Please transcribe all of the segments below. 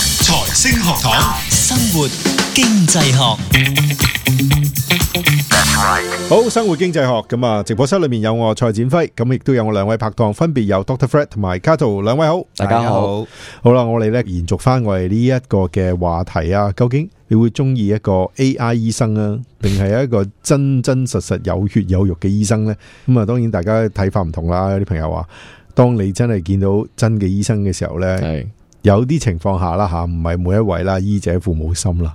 星學堂，生活經濟學，好，生活經濟學咁啊！直播室裏面有我蔡展輝，咁亦都有我兩位拍檔，分別有 Doctor Fred 同埋 Cato，兩位好，大家好。好啦，我哋咧延續翻我哋呢一個嘅話題啊，究竟你會中意一個 AI 醫生啊，定係一個真真實實有血有肉嘅醫生呢？咁啊，當然大家睇法唔同啦。有啲朋友話，當你真係見到真嘅醫生嘅時候呢。係有啲情況下啦吓，唔係每一位啦，醫者父母心啦，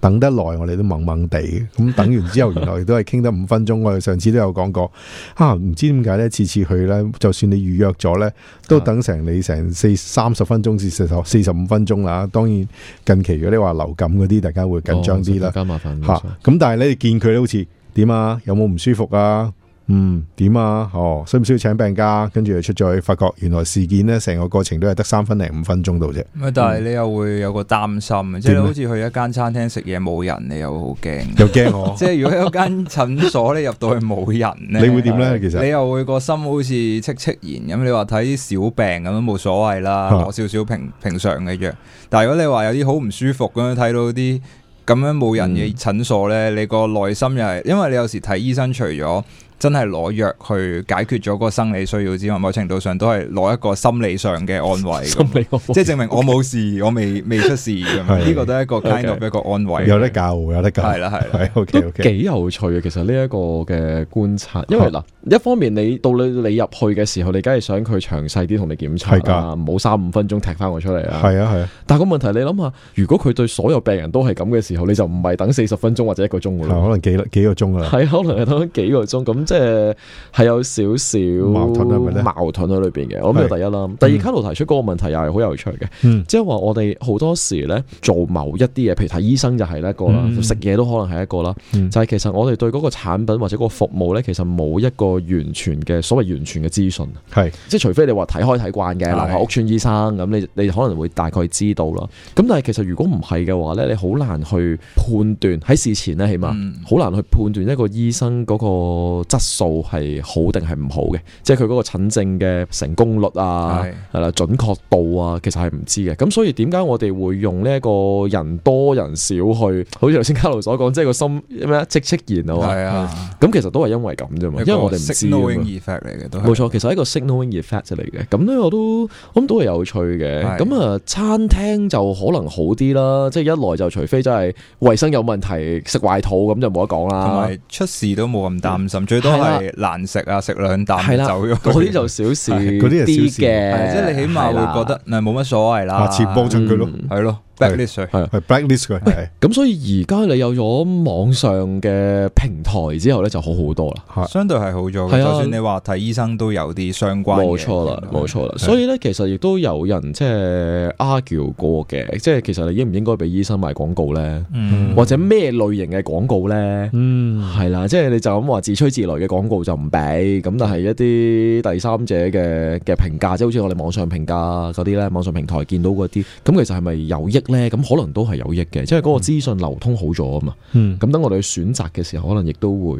等得耐我哋都懵懵地嘅，咁等完之後，原來都係傾得五分鐘。我哋上次都有講過，啊，唔知點解呢？次次去呢，就算你預約咗呢，都等成你成四三十分鐘至四十四十五分鐘啦。當然近期如果你話流感嗰啲，大家會緊張啲啦哦，加麻煩吓。冇錯咁但係呢，你見佢呢好似點啊？有冇唔舒服啊？嗯，點啊？哦，需唔需要請病假？跟住就出咗去，發覺原來事件呢，成個過程都係得三分零五分鐘度啫。 咁啊但係你又會有個擔心，啊即係嗯點你咧好似去一間餐廳食嘢冇人，你又會 好驚。又驚我即係如果有間診所你入到去冇人你咧，會點咧其實你又會個心好似戚戚然咁。你話睇小病咁都冇所謂啦，嚇攞少少平平常嘅藥。但係如果你話有啲好唔舒服咁樣睇到啲咁樣冇人嗯嘅診所咧，你個內心又係，因為你有時睇醫生除咗。真係攞藥去解決咗個生理需要之外，某程度上都係攞一個心理上嘅安慰咁。 心理學即係證明我冇事，我未未出事係咁樣，呢個都係一個 kind of Okay 一個安慰。有得教，有得教，係啦係啦係 OK 都 OK，幾有趣嘅，其實呢一個嘅觀察，因為係嗱，一方面你到你你入去嘅時候，你梗係想佢詳細啲同你檢查係㗎啦，唔好三五分鐘踢翻我出嚟啦。係啊係啊，但係個問題你諗下，如果佢對所有病人都係咁嘅時候，你就唔係等四十分鐘或者一個鐘噶係啦。可能幾幾個鐘 噶啦，係可能係等咗幾個鐘，咁即係係有少少矛盾係咪咧矛盾喺裏邊嘅。我諗呢個第一啦，第二卡路提出嗰個問題又係好有趣嘅，嗯即係話我哋好多時咧做某一啲嘢，譬如睇醫生就係一個啦，嗯食嘢都可能係一個啦，嗯就係其實我哋對嗰個產品或者嗰個服務咧，其實冇一個完全嘅所謂完全嘅資訊。係即係除非你話睇開睇慣嘅係樓下屋村醫生咁，你你可能會大概知道啦。咁但係其實如果唔係嘅話咧，你好難去判斷喺事前咧，起碼嗯好難去判斷一個醫生嗰個質素係好定係唔好嘅，即係佢嗰個診症嘅成功率啊係，係啦準確度啊，其實係唔知嘅。咁所以點解我哋會用呢一個人多人少去，好似頭先卡路所講，即係個心咩啊，戚戚然啊嘛。係啊，咁其實都係因為咁啫嘛，因為我哋唔知啊嘛 knowing effect 嚟嘅都係冇錯，其實係一個 signaling effect 嚟嘅。咁呢個都我諗都係有趣嘅。係咁啊，餐廳就可能好啲啦，即係一來就除非真係衞生有問題，食壞肚咁就冇得講同啦。埋出事都冇咁擔心，最多係難食啊，食兩啖係啦，走咗。嗰啲就小事係嗰啲係啲小事嘅，係即係你起碼係啦啊會覺得誒冇乜所謂啦。下次幫襯佢咯，嗯係咯係，back list 佢係係 blacklist 佢係咁所以而家你有咗網上嘅平台之後咧，就好好多啦。相對係好咗係啊嘅。就算你話睇醫生都有啲相關嘅冇錯啦，冇錯啦。所以咧，其實亦都有人即係 argue 過嘅，即係其實你應唔應該俾醫生賣廣告咧，嗯或者咩類型嘅廣告咧？嗯係啦，即係你就咁話自吹自擂嘅廣告就唔俾，咁但係一啲第三者嘅嘅評價，即係好似我哋網上評價嗰啲咧，網上平台見到嗰啲，咁其實係咪有益咧？咁可能都係有益嘅，即係嗰個資訊流通好咗啊嘛。嗯，咁等我哋去選擇嘅時候，可能亦都會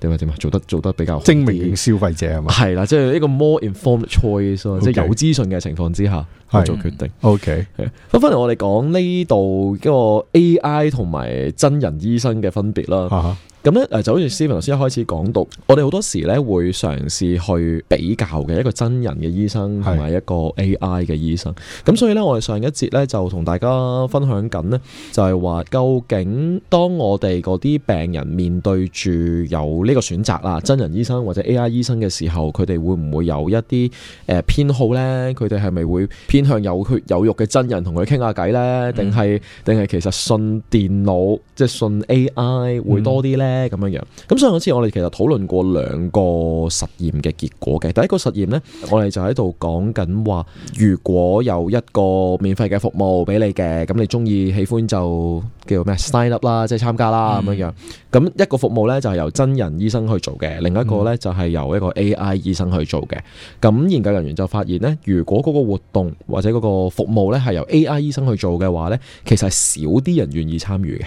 點啊點啊，做得做得比較好啲精明嘅。消費者係嘛係啦，即係一個 more informed choice 啊咯，即係 OK 有資訊嘅情況之下去係做決定。 ，OK 咁翻嚟我哋講呢度嗰個 AI 同埋真人醫生嘅分別啦。啊咁咧誒就好似 Steven 頭先一開始講到，我哋好多時咧會嘗試去比較嘅一個真人嘅醫生同埋一個 AI 嘅醫生。咁所以咧，我哋上一節咧就同大家分享緊咧，就係話究竟當我哋嗰啲病人面對住有呢個選擇啦，真人醫生或者 AI 醫生嘅時候，佢哋會唔會有一啲誒、呃偏好咧？佢哋係咪會偏向有血有肉嘅真人同佢傾下偈咧？定係定係其實信電腦即係信 AI 會多啲咧咁樣樣。咁上一次我哋其實討論過兩個實驗嘅結果嘅。第一個實驗咧，我哋就喺度講緊話，如果有一個免費嘅服務俾你嘅，咁你中意喜歡就叫做咩 sign up 啦，即係參加啦咁樣樣。咁一個服務咧就係由真人醫生去做嘅，另一個咧就係由一個 AI 醫生去做嘅。咁研究人員就發現咧，如果嗰個活動或者嗰個服務咧係由 AI 醫生去做嘅話咧，其實係少啲人願意參與嘅。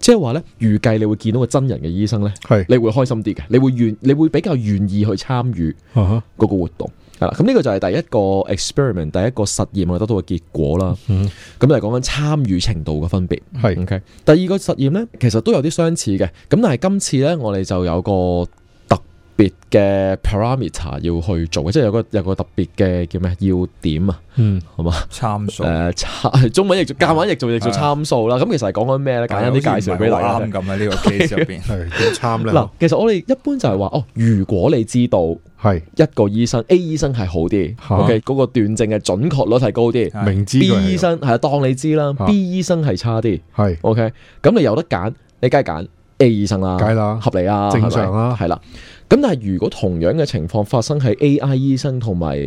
即係話咧，預計你會見到個真人嘅醫生咧，係你會開心啲嘅，你會願，你會比較願意去參與啊哈嗰個活動。係啦，咁呢個就係第一個 experiment，第一個實驗我哋得到嘅結果啦。嗯咁就係講緊參與程度嘅分別。係 OK，第二個實驗呢，其實都有啲相似嘅，咁但係今次呢，我哋就有個特別嘅 parameter 要去做嘅，即係有個有個特別嘅叫咩要點啊，嗯好嘛？參 數，誒參呃中文譯做夾硬譯做譯做參數啦。咁其實係講緊咩呢？簡單啲介紹俾大家但聽係好似唔係。好啱咁啊！呢個 case 入 邊係點參咧？嗱，其實我哋一般就係話哦，如果你知道係一個醫生 A 醫生係好啲嚇，OK 嗰個斷症嘅準確率係高啲係明知，B 佢醫係生係啊當你知啦嚇，B 醫生係差啲。係 OK，咁你有得揀，你梗係揀 A 醫生啦，梗係啦合理啊，正常啊係咪係啦。咁但係如果同樣嘅情況發生喺 AI 醫生同埋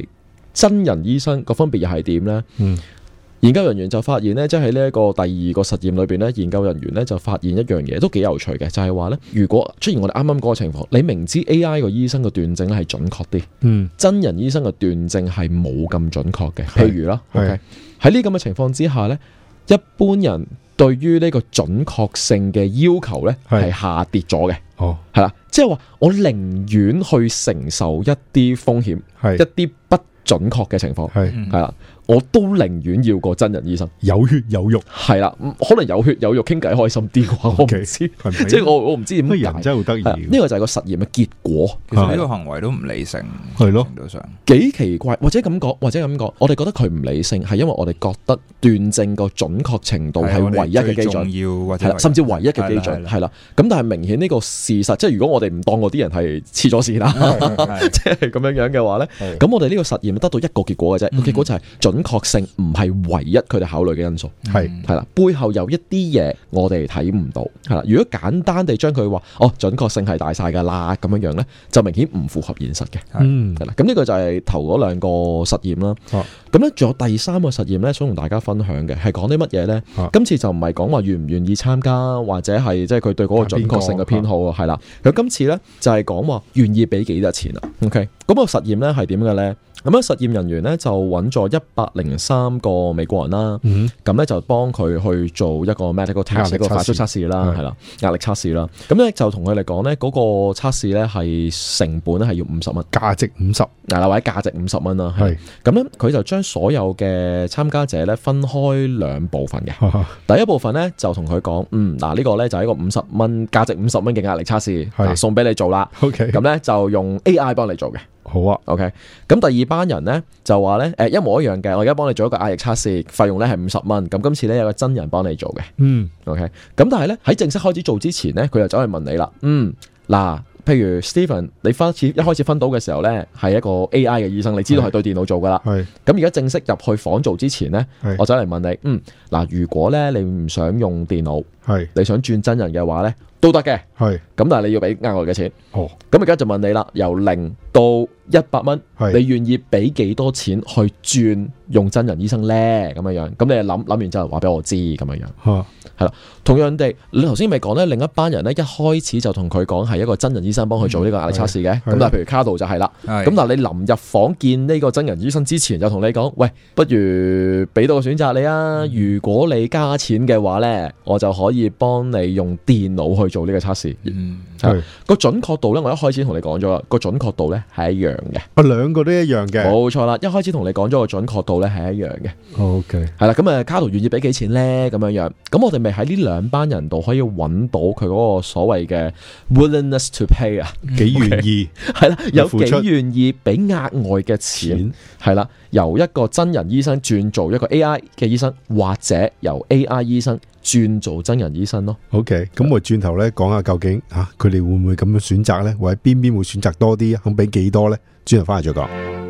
真人醫生個分別又係點呢？嗯研究人員就發現呢，即係喺呢一個第二個實驗裏邊呢，研究人員呢就發現一樣嘢都幾有趣嘅，就係話呢：如果出現我哋啱啱嗰個情況，你明知 AI 個醫生嘅斷症咧係準確啲，嗯真人醫生嘅斷症係冇咁準確嘅。譬如啦係，OK，喺呢咁嘅情況之下呢，一般人對於呢個準確性嘅要求呢係係下跌咗嘅，哦係啦，即係話我寧願去承受一啲風險，係一啲不準確嘅情況，係嗯係啦，我都寧願要個真人醫生，有血有肉，係啦，嗯可能有血有肉傾偈開心啲嘅話，我唔 OK，知，係咪即係我我唔知點乜人解。真係好得意係啦呢嘅，個就係個實驗嘅結果，其實呢個行為都唔理性，係咯程度上幾奇怪，或者咁講，或者咁講，我哋覺得佢唔理性，係因為我哋覺得斷症個準確程度係我哋唯一嘅基最準重。要係或者啦，甚至唯一嘅基係準啦係啦。咁但係明顯呢個事實，即係如果我哋唔當嗰啲人係黐咗線啦， 係即係咁樣樣嘅話咧，係咁我哋呢個實驗得到一個結果嘅啫，個嗯結果就係準確性唔係唯一佢哋考慮嘅因素，嗯係係啦，背後有一啲嘢我哋睇唔到，係啦。如果簡單地將佢話哦準確性係大晒㗎啦咁樣樣咧，就明顯唔符合現實嘅。嗯係啦，咁呢個就係頭嗰兩個實驗啦啊。咁咧仲有第三個實驗咧，想同大家分享嘅係講啲乜嘢咧啊？今次就唔係講話願唔願意參加，或者係即係佢對嗰個準確性嘅偏好啊，係啦。咁今次咧就係講話願意俾幾多錢啊？OK，咁個實驗咧係點嘅咧？咁樣實驗人員咧就揾咗一百零三個美國人啦，嗯咁咧就幫佢去做一個 medical 壓力 test 一個快速測嗯測試啦，係係啦，壓力測試啦。咁咧就同佢哋講咧，嗰個測試咧係成本係要五十蚊。價值五十嗱啦，或者價值五十蚊啦，係係咁咧，佢就將所有嘅參加者咧分開兩部分嘅。哈哈第一部分咧就同佢講，嗯，嗱、呢個咧就係一個五十蚊價值五十蚊嘅壓力測試，係嗱送俾你做啦。 ，OK 咁咧就用 AI 幫你做嘅好啊， ，OK。咁第二班人咧就話咧，誒一模一樣嘅，我而家幫你做一個壓力測試，費用咧係五十蚊。咁今次咧有個真人幫你做嘅。嗯 OK，咁但係咧喺正式開始做之前咧，佢就走去問你啦。嗯，嗱，譬如 Steven，你分始一開始分到嘅時候咧，係一個 AI 嘅醫生，你知道係對電腦做噶啦。係咁而家正式入去房做之前咧係，我走嚟問你，嗯，嗱，如果咧你唔想用電腦，係你想轉真人嘅話咧，都得嘅。係咁但係你要俾額外嘅錢。哦咁而家就問你啦，由零到一百蚊，你係願意俾幾多錢去轉用真人醫生咧？咁樣樣，咁你諗諗完之後話俾我知咁樣樣。吓同樣地，你頭先咪講咧，另一班人咧一開始就同佢講係一個真人醫生幫佢做呢個壓力測試嘅。咁嗯係但係譬如卡度就係啦。係咁但係你臨入房見呢個真人醫生之前，就同你講：喂，不如俾到個選擇你啊！嗯如果你加錢嘅話呢，我就可以幫你用電腦去做呢個測試。嗯係個準確度呢，我一開始同你講咗啦，個準確度呢係一樣嘅，啊兩個都一樣嘅冇錯啦。一開始同你講咗個準確度呢係一樣嘅。 ，OK 係啦，咁誒卡圖願意俾幾錢咧？咁樣樣，咁我哋咪喺呢兩班人度可以揾到佢嗰個所謂嘅 willingness to pay 啊， 幾願意係啦，有付出幾願意俾額外嘅錢，錢係啦，由一個真人醫生轉做一個 AI 嘅醫生，或者由 AI 醫生轉做真人醫生咯。 ，OK 咁我轉頭咧講下究竟啊吓佢哋會唔會咁樣選擇咧，或者邊邊會選擇多啲，肯俾幾多咧？轉頭翻嚟再講。